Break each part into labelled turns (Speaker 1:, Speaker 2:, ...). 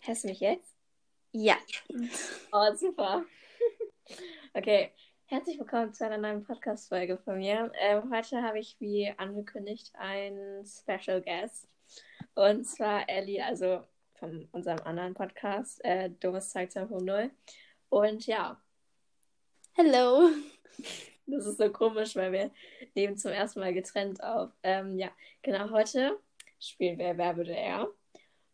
Speaker 1: Hörst du mich jetzt?
Speaker 2: Ja.
Speaker 1: Oh, super. okay, herzlich willkommen zu einer neuen Podcast-Folge von mir. Ähm, heute habe ich, wie angekündigt, einen Special Guest. Und zwar Ellie, also von unserem anderen Podcast, äh, Dummes Zeug 2.0. Und ja,
Speaker 2: Hello.
Speaker 1: Das ist so komisch, weil wir nehmen zum ersten Mal getrennt auf. Ähm, ja, genau, heute spielen wir Wer würde er.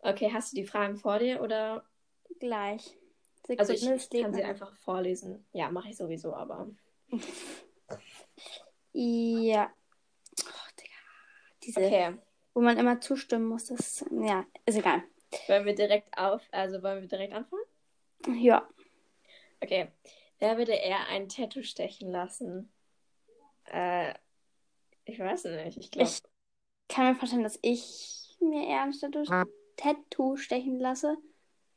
Speaker 1: Okay, hast du die Fragen vor dir oder?
Speaker 2: Gleich.
Speaker 1: Also ich,
Speaker 2: Sekunden,
Speaker 1: ich kann
Speaker 2: steht
Speaker 1: sie
Speaker 2: man-
Speaker 1: einfach vorlesen. Ja, mache ich sowieso, aber.
Speaker 2: Ja. Oh, Digga. Diese,
Speaker 1: Okay,
Speaker 2: wo man immer zustimmen muss, das. Ja, ist egal.
Speaker 1: wollen wir direkt auf, also wollen wir direkt anfangen?
Speaker 2: Ja.
Speaker 1: Okay. Wer würde er ein Tattoo stechen lassen? Äh, ich weiß nicht, ich glaube.
Speaker 2: Ich kann mir vorstellen, dass ich mir eher ein Tattoo,
Speaker 1: Ah.
Speaker 2: Tattoo stechen lasse.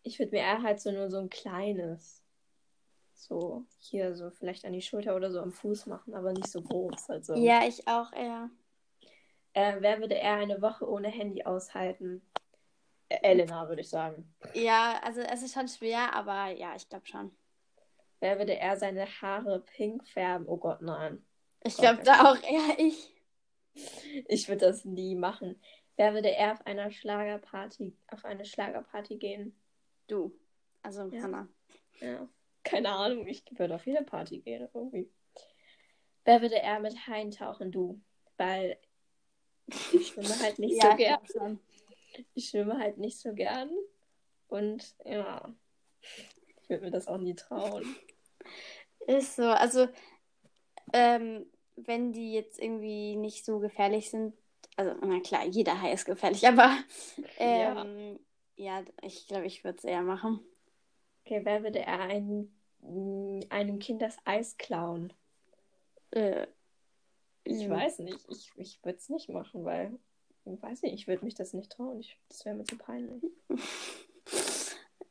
Speaker 1: Ich würde mir eher halt so nur so ein kleines. So, hier so vielleicht an die Schulter oder so am Fuß machen, aber nicht so groß. Also.
Speaker 2: Ja, ich auch eher.
Speaker 1: Äh, wer würde eher eine Woche ohne Handy aushalten? Äh, Elena, würde ich sagen.
Speaker 2: Ja, also es ist schon schwer, aber ja, ich glaube schon.
Speaker 1: Wer würde eher seine Haare pink färben? Oh Gott, nein.
Speaker 2: Ich glaube
Speaker 1: Okay.
Speaker 2: da auch eher ich.
Speaker 1: Ich würde das nie machen. Wer würde eher auf einer Schlagerparty, auf eine Schlagerparty gehen?
Speaker 2: Du. Also
Speaker 1: Ja.
Speaker 2: Hannah.
Speaker 1: Ja. Keine Ahnung, ich würde auf jede Party gehen, irgendwie. Wer würde eher mit Haien tauchen? Du. Weil ich schwimme halt nicht so
Speaker 2: Ja, ich
Speaker 1: gern.
Speaker 2: glaub schon.
Speaker 1: Ich schwimme halt nicht so gern. Und ja. Ich würde mir das auch nie trauen.
Speaker 2: Ist so, also ähm, wenn die jetzt irgendwie nicht so gefährlich sind, also na klar, jeder Hai ist gefährlich, aber ähm, ja. ich glaube, ich würde es eher machen.
Speaker 1: Okay, wer würde er ein, mh, einem Kind das Eis klauen?
Speaker 2: Äh,
Speaker 1: Ich
Speaker 2: Mhm.
Speaker 1: weiß nicht. Ich, ich würde es nicht machen, weil, ich weiß nicht, ich würde mich das nicht trauen. Ich, das wäre mir zu peinlich.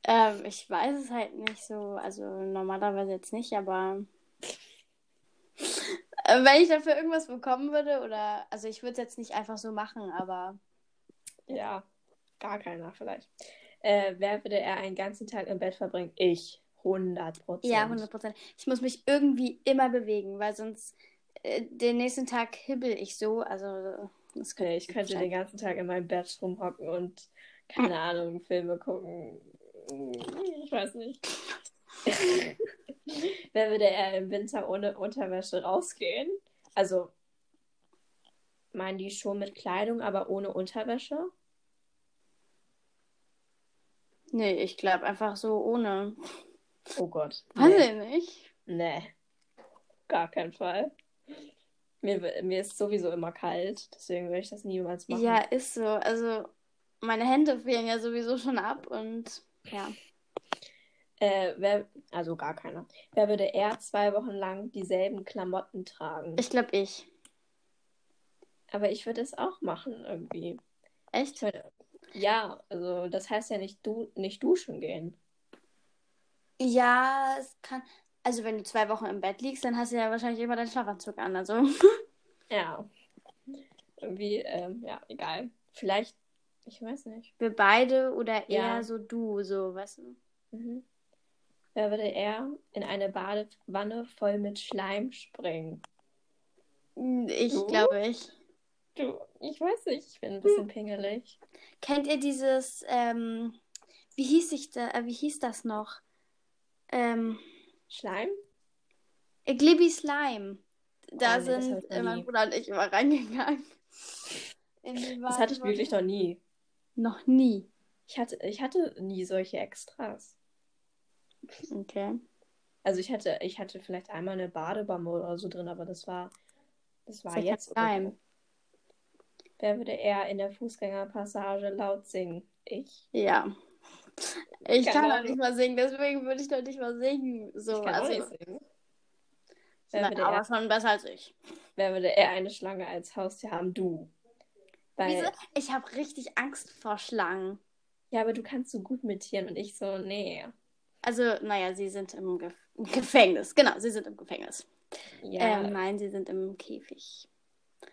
Speaker 2: ähm, ich weiß es halt nicht so, also normalerweise jetzt nicht, aber äh, wenn ich dafür irgendwas bekommen würde oder, also ich würde es jetzt nicht einfach so machen, aber
Speaker 1: Ja, gar keiner vielleicht. Äh, wer würde er einen ganzen Tag im Bett verbringen? Ich. 100 Prozent.
Speaker 2: ja, 100 Prozent. Ich muss mich irgendwie immer bewegen, weil sonst äh, den nächsten Tag hibbel ich so, also das könnte
Speaker 1: Nee, ich könnte den ganzen Tag in meinem Bett rumhocken und,
Speaker 2: Hm.
Speaker 1: keine Ahnung, Filme gucken. Ich weiß nicht. Wer würde eher im Winter ohne Unterwäsche rausgehen? Also, meinen die schon mit Kleidung, aber ohne Unterwäsche?
Speaker 2: Nee, ich glaube einfach so ohne.
Speaker 1: Oh Gott.
Speaker 2: Weiß
Speaker 1: Nee.
Speaker 2: ich nicht.
Speaker 1: nee. Gar keinen Fall. Mir, wi- mir ist sowieso immer kalt, deswegen würde ich das niemals machen.
Speaker 2: Ja, ist so. Also, meine Hände frieren ja sowieso schon ab und ja.
Speaker 1: Äh, wer, also gar keiner. Wer würde eher zwei Wochen lang dieselben Klamotten tragen?
Speaker 2: Ich glaube, ich.
Speaker 1: Aber ich würde es auch machen irgendwie. Ich
Speaker 2: Echt?
Speaker 1: würde, ja, also das heißt ja nicht du nicht duschen gehen.
Speaker 2: Ja, es kann. Also, wenn du zwei Wochen im Bett liegst, dann hast du ja wahrscheinlich immer deinen Schlafanzug an. Also,
Speaker 1: Ja. Irgendwie, ähm, ja, egal. Vielleicht, ich weiß nicht.
Speaker 2: wir beide oder eher
Speaker 1: Ja.
Speaker 2: so du, so, weißt du?
Speaker 1: Mhm. Wer würde eher in eine Badewanne voll mit Schleim springen?
Speaker 2: Ich
Speaker 1: Du?
Speaker 2: glaube, ich.
Speaker 1: Du, ich weiß nicht, ich
Speaker 2: Hm.
Speaker 1: bin ein bisschen pingelig.
Speaker 2: Kennt ihr dieses, ähm, wie hieß ich da, äh, wie hieß das noch? Ähm,
Speaker 1: Schleim?
Speaker 2: Äh, Glibby Slime. Da
Speaker 1: Oh, nee, das hab
Speaker 2: sind
Speaker 1: ich noch
Speaker 2: äh, mein
Speaker 1: nie.
Speaker 2: Bruder und ich immer reingegangen. In die
Speaker 1: Das hatte ich
Speaker 2: Badewanne.
Speaker 1: wirklich noch nie.
Speaker 2: noch nie.
Speaker 1: Ich hatte, ich hatte nie solche Extras.
Speaker 2: Okay.
Speaker 1: Also ich hatte, ich hatte vielleicht einmal eine Badebamme oder so drin, aber das war, das war
Speaker 2: Ist ja kein
Speaker 1: jetzt. oder so.
Speaker 2: Schleim.
Speaker 1: Wer würde eher in der Fußgängerpassage laut singen? Ich.
Speaker 2: Ja.
Speaker 1: Keine
Speaker 2: Ich kann da
Speaker 1: Ahnung.
Speaker 2: nicht mal singen, deswegen würde ich da nicht mal singen. So,
Speaker 1: ich kann
Speaker 2: also,
Speaker 1: auch nicht singen. Wer
Speaker 2: na,
Speaker 1: würde,
Speaker 2: aber
Speaker 1: eher,
Speaker 2: schon besser als ich.
Speaker 1: wer würde eher eine Schlange als Haustier haben? Du. Weil,
Speaker 2: Wieso? Ich habe richtig Angst vor Schlangen.
Speaker 1: ja, aber du kannst so gut mit Tieren und ich so, nee.
Speaker 2: Also, naja, sie sind im Gef Gefängnis. Genau, sie sind im Gefängnis.
Speaker 1: Ja,
Speaker 2: Ähm, nein, sie sind im Käfig.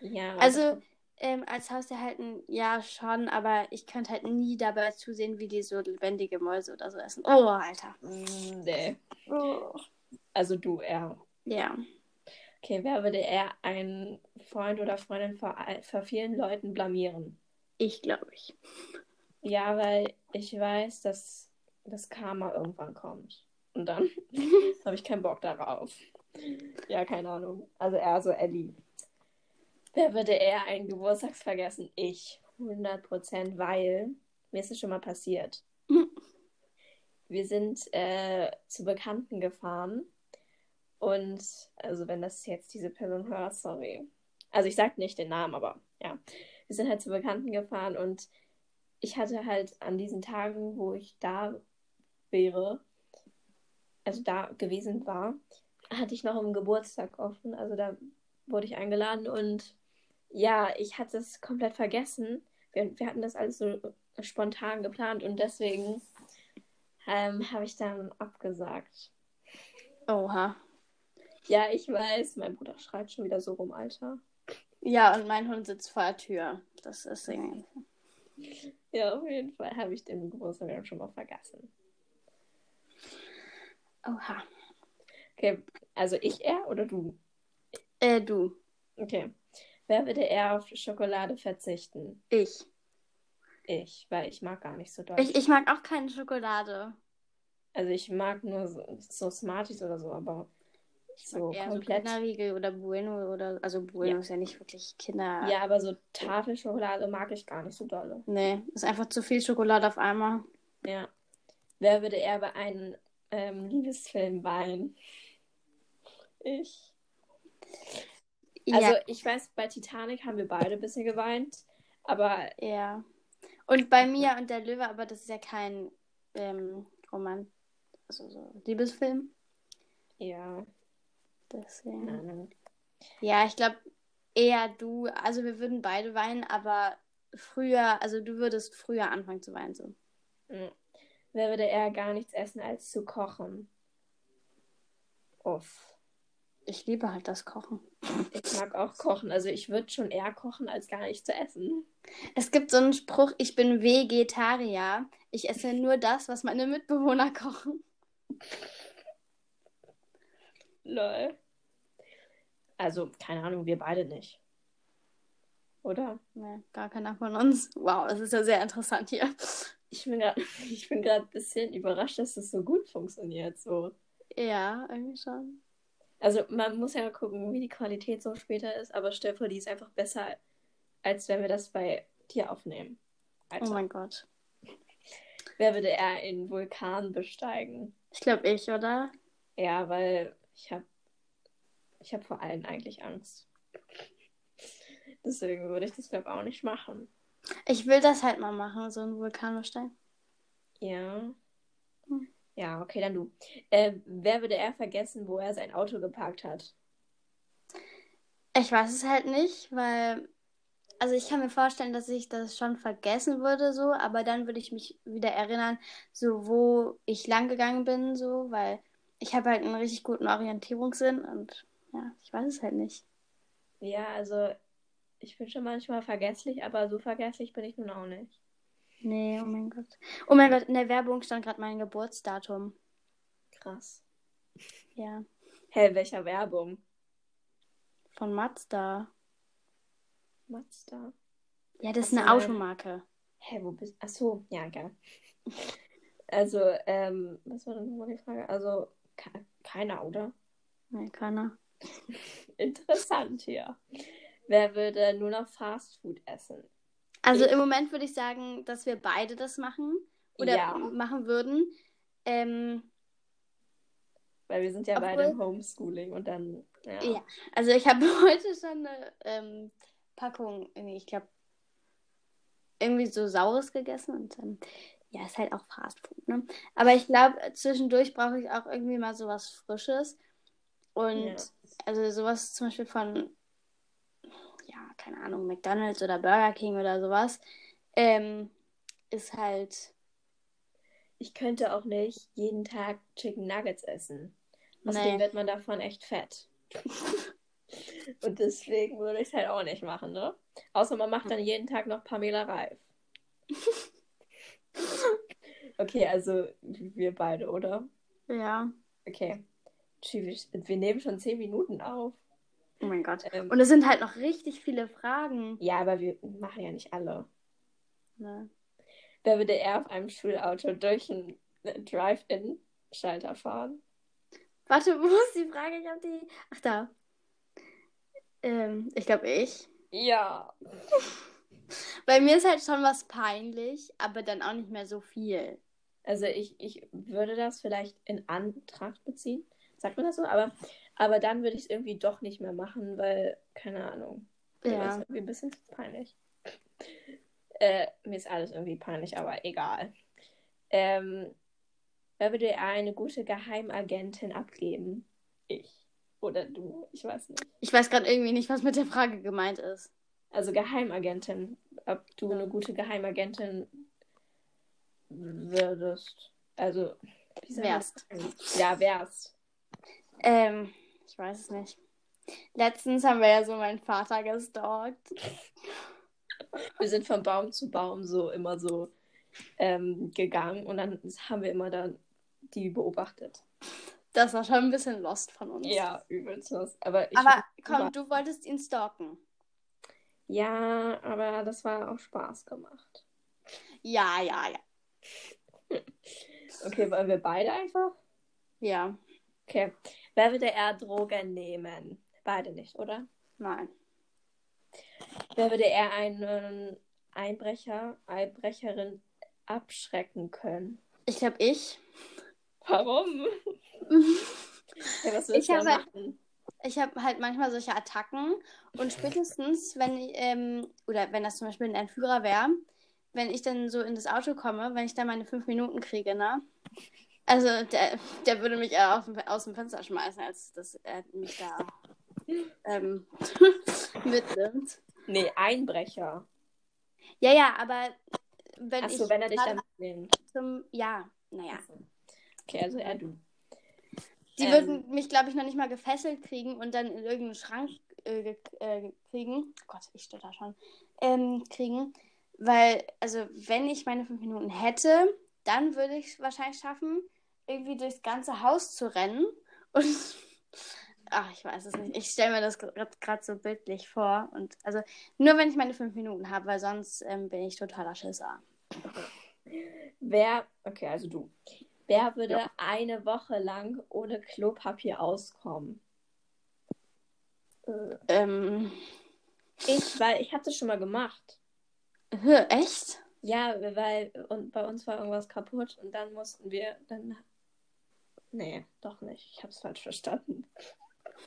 Speaker 1: ja.
Speaker 2: Also, ähm, als Haustier halten, ja schon, aber ich könnte halt nie dabei zusehen, wie die so lebendige Mäuse oder so essen. Oh, Alter.
Speaker 1: Mm, Nee.
Speaker 2: Oh.
Speaker 1: Also du eher.
Speaker 2: Ja.
Speaker 1: Okay, wer würde eher einen Freund oder Freundin vor, all- vor vielen Leuten blamieren?
Speaker 2: Ich glaube ich.
Speaker 1: Ja, weil ich weiß, dass das Karma irgendwann kommt. Und dann habe ich keinen Bock darauf. Ja, keine Ahnung. Also eher so Ellie. Wer würde eher einen Geburtstag vergessen? Ich. 100%, weil mir ist es schon mal passiert.
Speaker 2: Mhm.
Speaker 1: Wir sind äh, zu Bekannten gefahren. Und, also wenn das jetzt diese Person hört, sorry. Also ich sag nicht den Namen, aber ja. Wir sind halt zu Bekannten gefahren und ich hatte halt an diesen Tagen, wo ich da wäre, also da gewesen war, hatte ich noch einen Geburtstag offen. Also da wurde ich eingeladen und ja, ich hatte es komplett vergessen. Wir, wir hatten das alles so spontan geplant und deswegen ähm, habe ich dann abgesagt.
Speaker 2: Oha.
Speaker 1: Ja, ich weiß, mein Bruder schreit schon wieder so rum, Alter.
Speaker 2: Ja, und mein Hund sitzt vor der Tür. Das ist irgendwie.
Speaker 1: Ja, auf jeden Fall habe ich den Geburtstag dann schon mal vergessen.
Speaker 2: Oha.
Speaker 1: Okay, also ich er oder du?
Speaker 2: Äh, du.
Speaker 1: Okay. Wer würde eher auf Schokolade verzichten?
Speaker 2: Ich.
Speaker 1: Ich, weil ich mag gar nicht so doll.
Speaker 2: Ich, ich mag auch keine Schokolade.
Speaker 1: Also ich mag nur so, so Smarties oder so, aber so
Speaker 2: Eher
Speaker 1: komplett.
Speaker 2: So Kinderriegel oder Bueno oder. Also, Bueno
Speaker 1: Ja.
Speaker 2: ist ja nicht wirklich Kinder.
Speaker 1: ja, aber so Tafelschokolade mag ich gar nicht so dolle.
Speaker 2: Nee, ist einfach zu viel Schokolade auf einmal.
Speaker 1: Ja. Wer würde eher bei einem ähm, Liebesfilm weinen? Ich. Also
Speaker 2: Ja.
Speaker 1: ich weiß, bei Titanic haben wir beide ein bisschen geweint, aber
Speaker 2: ja. Und bei mir und der Löwe, aber das ist ja kein ähm, Roman. Also, so Liebesfilm.
Speaker 1: ja,
Speaker 2: Deswegen.
Speaker 1: keine Ahnung.
Speaker 2: Ja, ich glaube eher du. Also wir würden beide weinen, aber früher, also du würdest früher anfangen zu weinen. So.
Speaker 1: Ja. Wer würde eher gar nichts essen als zu kochen? Uff.
Speaker 2: Ich liebe halt das Kochen.
Speaker 1: Ich mag auch kochen. Also ich würde schon eher kochen, als gar nicht zu essen.
Speaker 2: Es gibt so einen Spruch, ich bin Vegetarier. Ich esse nur das, was meine Mitbewohner kochen.
Speaker 1: Lol. Also, keine Ahnung, wir beide nicht. Oder?
Speaker 2: Nee, gar keiner von uns. Wow, das ist ja sehr interessant hier.
Speaker 1: Ich bin gerade ich bin gerade ein bisschen überrascht, dass das so gut funktioniert. So.
Speaker 2: Ja, irgendwie schon.
Speaker 1: Also man muss ja gucken, wie die Qualität so später ist, aber stell dir vor, die ist einfach besser, als wenn wir das bei dir aufnehmen.
Speaker 2: Oh
Speaker 1: Alter.
Speaker 2: mein Gott.
Speaker 1: Wer würde eher einen Vulkan besteigen?
Speaker 2: Ich glaube ich, oder?
Speaker 1: Ja, weil ich habe ich hab vor allem eigentlich Angst. Deswegen würde ich das, glaube ich, auch nicht machen.
Speaker 2: Ich will das halt mal machen, so ein Vulkanbestein.
Speaker 1: Ja.
Speaker 2: Hm.
Speaker 1: Ja, okay, dann du. Äh, wer würde eher vergessen, wo er sein Auto geparkt hat?
Speaker 2: Ich weiß es halt nicht, weil, also ich kann mir vorstellen, dass ich das schon vergessen würde, so, aber dann würde ich mich wieder erinnern, so wo ich lang gegangen bin, so, weil ich habe halt einen richtig guten Orientierungssinn und ja, ich weiß es halt nicht.
Speaker 1: Ja, also ich bin schon manchmal vergesslich, aber so vergesslich bin ich nun auch nicht.
Speaker 2: Nee, oh mein Gott. Oh mein Gott, in der Werbung stand gerade mein Geburtsdatum.
Speaker 1: Krass.
Speaker 2: Ja,
Speaker 1: Hä, welcher Werbung?
Speaker 2: von Mazda.
Speaker 1: Mazda.
Speaker 2: Ja,
Speaker 1: Ach
Speaker 2: das ist
Speaker 1: so,
Speaker 2: eine
Speaker 1: ja.
Speaker 2: Automarke.
Speaker 1: Hä, wo bist du? Ach so, ja, geil. Also, ähm, was war denn nochmal die Frage? Also, ke keiner, oder?
Speaker 2: Nee, keiner.
Speaker 1: Interessant hier. Wer würde nur noch Fast Food essen?
Speaker 2: Also
Speaker 1: Ich-
Speaker 2: im Moment würde ich sagen, dass wir beide das machen oder
Speaker 1: Ja,
Speaker 2: machen würden. Ähm,
Speaker 1: weil wir sind ja
Speaker 2: Obwohl-
Speaker 1: beide im Homeschooling und dann, ja.
Speaker 2: Ja, also ich habe heute schon eine ähm, Packung, nee, ich glaube, irgendwie so Saures gegessen und dann, ja, ist halt auch Fast Food, ne? Aber ich glaube, zwischendurch brauche ich auch irgendwie mal sowas Frisches und
Speaker 1: Ja.
Speaker 2: also sowas zum Beispiel von, ja, keine Ahnung, McDonald's oder Burger King oder sowas, ähm, ist halt,
Speaker 1: Ich könnte auch nicht jeden
Speaker 2: ne,
Speaker 1: Tag Chicken Nuggets essen. Außerdem
Speaker 2: nee,
Speaker 1: wird man davon echt fett. Und deswegen würde ich es halt auch nicht machen, ne? Außer man macht dann jeden Tag noch Pamela Reif. Okay, also wir beide, oder?
Speaker 2: Ja.
Speaker 1: Okay. Tschüss. Wir nehmen schon zehn Minuten auf.
Speaker 2: Oh mein Gott.
Speaker 1: Ähm,
Speaker 2: Und es sind halt noch richtig viele Fragen.
Speaker 1: ja, aber wir machen ja nicht alle.
Speaker 2: Ne?
Speaker 1: Wer würde eher auf einem Schulauto durch einen Drive-In-Schalter fahren?
Speaker 2: Warte, wo ist die Frage? Ich hab die. Ach, da. Ähm, ich glaube, ich.
Speaker 1: Ja.
Speaker 2: Bei mir ist halt schon was peinlich, aber dann auch nicht mehr so viel.
Speaker 1: Also ich, ich würde das vielleicht in Antracht beziehen, sagt man das so, aber, aber dann würde ich es irgendwie doch nicht mehr machen, weil, keine Ahnung, mir ist
Speaker 2: Ja.
Speaker 1: irgendwie ein bisschen zu peinlich. Äh, mir ist alles irgendwie peinlich, aber egal. Ähm, wer würde eher eine gute Geheimagentin abgeben? Ich. Oder du, ich weiß nicht.
Speaker 2: Ich weiß gerade irgendwie nicht, was mit der Frage gemeint ist.
Speaker 1: Also Geheimagentin, ob du eine gute Geheimagentin würdest. Also, wie soll man das
Speaker 2: Wärst.
Speaker 1: sagen? Ja, wärst.
Speaker 2: Ähm, ich weiß es nicht. Letztens haben wir ja so meinen Vater gestalkt.
Speaker 1: Wir sind von Baum zu Baum so immer so ähm, gegangen und dann haben wir immer dann die beobachtet.
Speaker 2: Das war schon ein bisschen lost von uns.
Speaker 1: Ja, übelst was. Aber, ich,
Speaker 2: Aber komm, du wolltest ihn stalken.
Speaker 1: Ja, aber das war auch Spaß gemacht.
Speaker 2: Ja, ja, ja.
Speaker 1: Okay, wollen wir beide einfach?
Speaker 2: Ja,
Speaker 1: Okay. Wer würde eher Drogen nehmen? Beide nicht, oder?
Speaker 2: nein.
Speaker 1: Wer würde eher einen ähm, Einbrecher, Einbrecherin abschrecken können?
Speaker 2: Ich glaube, ich.
Speaker 1: Warum? Ja, was willst
Speaker 2: Ich halt
Speaker 1: du da
Speaker 2: habe-
Speaker 1: machen?
Speaker 2: Ich habe halt manchmal solche Attacken und spätestens, wenn ich, ähm, oder wenn das zum Beispiel ein Entführer wäre, wenn ich dann so in das Auto komme, wenn ich dann meine fünf Minuten kriege, ne? Also der, der würde mich eher auf, dem- aus dem Fenster schmeißen, als dass er mich da ähm, mitnimmt.
Speaker 1: Nee, Einbrecher.
Speaker 2: Ja, ja, aber wenn
Speaker 1: Achso,
Speaker 2: ich
Speaker 1: wenn er dich
Speaker 2: gerade
Speaker 1: dann mitnimmt.
Speaker 2: zum, ja, naja.
Speaker 1: Okay, also er du.
Speaker 2: Die
Speaker 1: Ähm.
Speaker 2: würden mich, glaube ich, noch nicht mal gefesselt kriegen und dann in irgendeinen Schrank äh, ge- äh, kriegen. Gott, ich stehe da schon. Ähm, kriegen. Weil, also, wenn ich meine fünf Minuten hätte, dann würde ich es wahrscheinlich schaffen, irgendwie durchs ganze Haus zu rennen. Und. Ach, ich weiß es nicht. Ich stelle mir das gerade so bildlich vor. Und also nur wenn ich meine fünf Minuten habe, weil sonst ähm, bin ich totaler Schisser.
Speaker 1: Wer, okay, also du. Wer würde
Speaker 2: Ja.
Speaker 1: eine Woche lang ohne Klopapier auskommen? Äh,
Speaker 2: Ähm,
Speaker 1: Ich, weil ich habe das schon mal gemacht.
Speaker 2: hä, echt?
Speaker 1: Ja, weil und bei uns war irgendwas kaputt und dann mussten wir dann. Nee, doch nicht. Ich habe es falsch verstanden.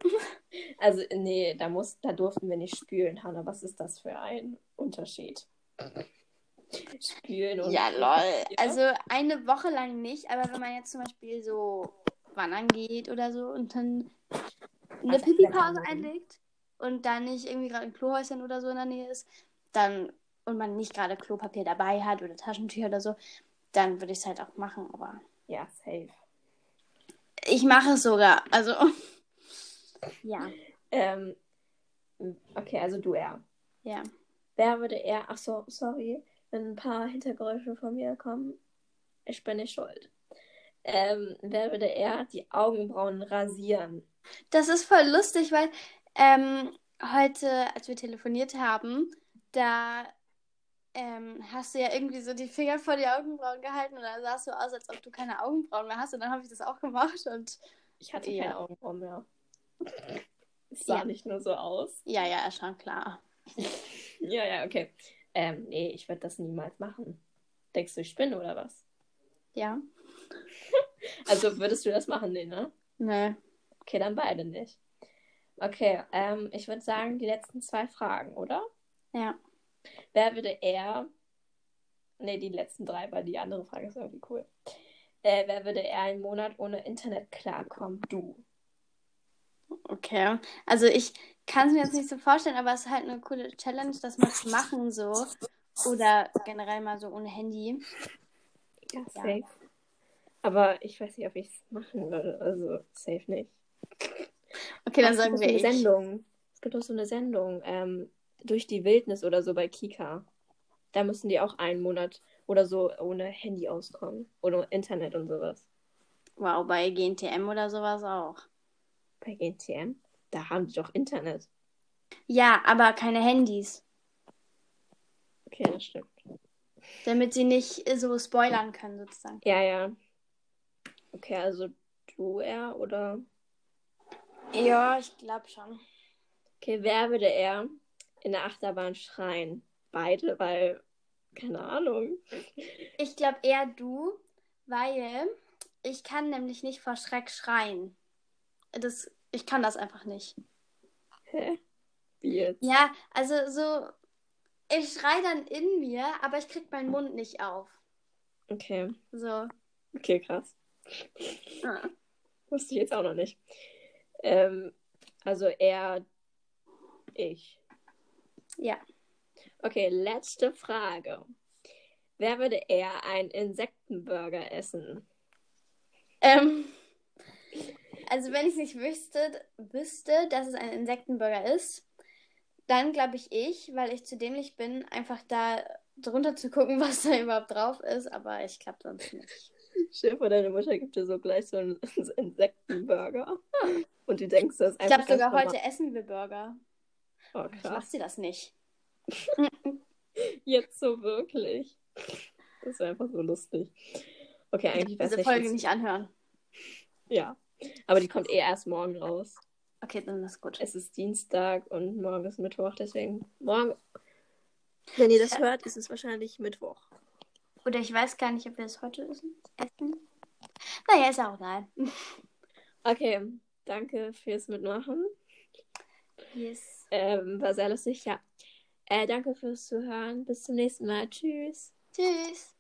Speaker 1: also, nee, da, muss, da durften wir nicht spülen, Hanna. Was ist das für ein Unterschied? Spülen und.
Speaker 2: Ja, lol.
Speaker 1: Ja.
Speaker 2: Also eine Woche lang nicht, aber wenn man jetzt zum Beispiel so wandern geht oder so und dann eine
Speaker 1: Was
Speaker 2: Pipi-Pause
Speaker 1: wandern?
Speaker 2: einlegt und dann nicht irgendwie gerade ein Klohäuschen oder so in der Nähe ist, dann und man nicht gerade Klopapier dabei hat oder Taschentücher oder so, dann würde ich es halt auch machen. Aber
Speaker 1: Ja, safe.
Speaker 2: ich mache es sogar. Also ja,
Speaker 1: Ähm, okay, also du eher.
Speaker 2: ja.
Speaker 1: Wer würde eher. Ach so, sorry, wenn ein paar Hintergeräusche von mir kommen. Ich bin nicht schuld. Ähm, wer würde eher die Augenbrauen rasieren?
Speaker 2: Das ist voll lustig, weil ähm, heute, als wir telefoniert haben, da ähm, hast du ja irgendwie so die Finger vor die Augenbrauen gehalten und dann sahst du aus, als ob du keine Augenbrauen mehr hast. Und dann habe ich das auch gemacht und
Speaker 1: Ich hatte
Speaker 2: Ja.
Speaker 1: keine Augenbrauen mehr. Es sah
Speaker 2: Ja.
Speaker 1: nicht nur so aus.
Speaker 2: ja, ja, ist schon klar.
Speaker 1: Ja, ja, okay. Ähm, nee, ich würde das niemals machen. Denkst du, ich bin oder was?
Speaker 2: Ja.
Speaker 1: Also würdest du das machen? Nee, ne?
Speaker 2: Nö.
Speaker 1: Okay, dann beide nicht. Okay, ähm, ich würde sagen, die letzten zwei Fragen, oder?
Speaker 2: Ja.
Speaker 1: Wer würde eher. Ne, die letzten drei, weil die andere Frage ist irgendwie cool. Äh, wer würde eher einen Monat ohne Internet klarkommen? Du.
Speaker 2: Okay. Also ich kann es mir jetzt nicht so vorstellen, aber es ist halt eine coole Challenge, das mal zu machen so. Oder generell mal so ohne Handy.
Speaker 1: Ja,
Speaker 2: safe.
Speaker 1: Aber ich weiß nicht, ob ich es machen würde. Also, safe nicht.
Speaker 2: Okay, dann
Speaker 1: Ach, das
Speaker 2: sagen
Speaker 1: ist
Speaker 2: wir
Speaker 1: eine
Speaker 2: ich.
Speaker 1: Sendung. es gibt auch so eine Sendung, ähm, durch die Wildnis oder so bei Kika. Da müssen die auch einen Monat oder so ohne Handy auskommen. Oder Internet und sowas.
Speaker 2: Wow, bei GNTM oder sowas auch.
Speaker 1: Bei GNTM? Da haben die doch Internet.
Speaker 2: Ja, aber keine Handys.
Speaker 1: Okay, das stimmt.
Speaker 2: Damit sie nicht so spoilern können, sozusagen.
Speaker 1: Ja, ja. Okay, also du er oder?
Speaker 2: Ja, ich glaube schon.
Speaker 1: Okay, wer würde er in der Achterbahn schreien? Beide, weil, keine Ahnung.
Speaker 2: Ich glaube eher du, weil ich kann nämlich nicht vor Schreck schreien. Das, ich kann das einfach nicht.
Speaker 1: Hä? Wie jetzt?
Speaker 2: Ja, also so, ich schreie dann in mir, aber ich krieg meinen Mund nicht auf.
Speaker 1: Okay.
Speaker 2: So.
Speaker 1: Okay, krass.
Speaker 2: Ah.
Speaker 1: Wusste ich jetzt auch noch nicht. Ähm, also er, ich.
Speaker 2: Ja.
Speaker 1: Okay, letzte Frage. Wer würde eher einen Insektenburger essen?
Speaker 2: Ähm, also wenn ich nicht wüsste, wüsste, dass es ein Insektenburger ist, dann glaube ich ich, weil ich zu dämlich bin, einfach da drunter zu gucken, was da überhaupt drauf ist, aber ich glaube sonst nicht.
Speaker 1: Schiff oder deine Mutter gibt dir so gleich so einen Insektenburger. Und du denkst, das ist
Speaker 2: Ich
Speaker 1: einfach.
Speaker 2: glaube sogar
Speaker 1: ganz
Speaker 2: heute essen wir Burger.
Speaker 1: normal. Oh,
Speaker 2: Ich
Speaker 1: krass.
Speaker 2: lasse dir das nicht.
Speaker 1: Jetzt so wirklich. Das ist einfach so lustig. Okay, eigentlich wäre es
Speaker 2: Diese
Speaker 1: nicht.
Speaker 2: Folge
Speaker 1: witzig.
Speaker 2: nicht anhören.
Speaker 1: Ja. Aber die kommt eh erst morgen raus.
Speaker 2: Okay, dann ist gut.
Speaker 1: Es ist Dienstag und morgen ist Mittwoch, deswegen morgen. Wenn ihr das hört, ist es wahrscheinlich Mittwoch.
Speaker 2: Oder ich weiß gar nicht, ob wir es heute essen. essen. Naja, ist ja auch egal.
Speaker 1: Okay, danke fürs Mitmachen.
Speaker 2: Yes.
Speaker 1: Ähm, war sehr lustig, ja. Äh, danke fürs Zuhören. Bis zum nächsten Mal. Tschüss.
Speaker 2: Tschüss.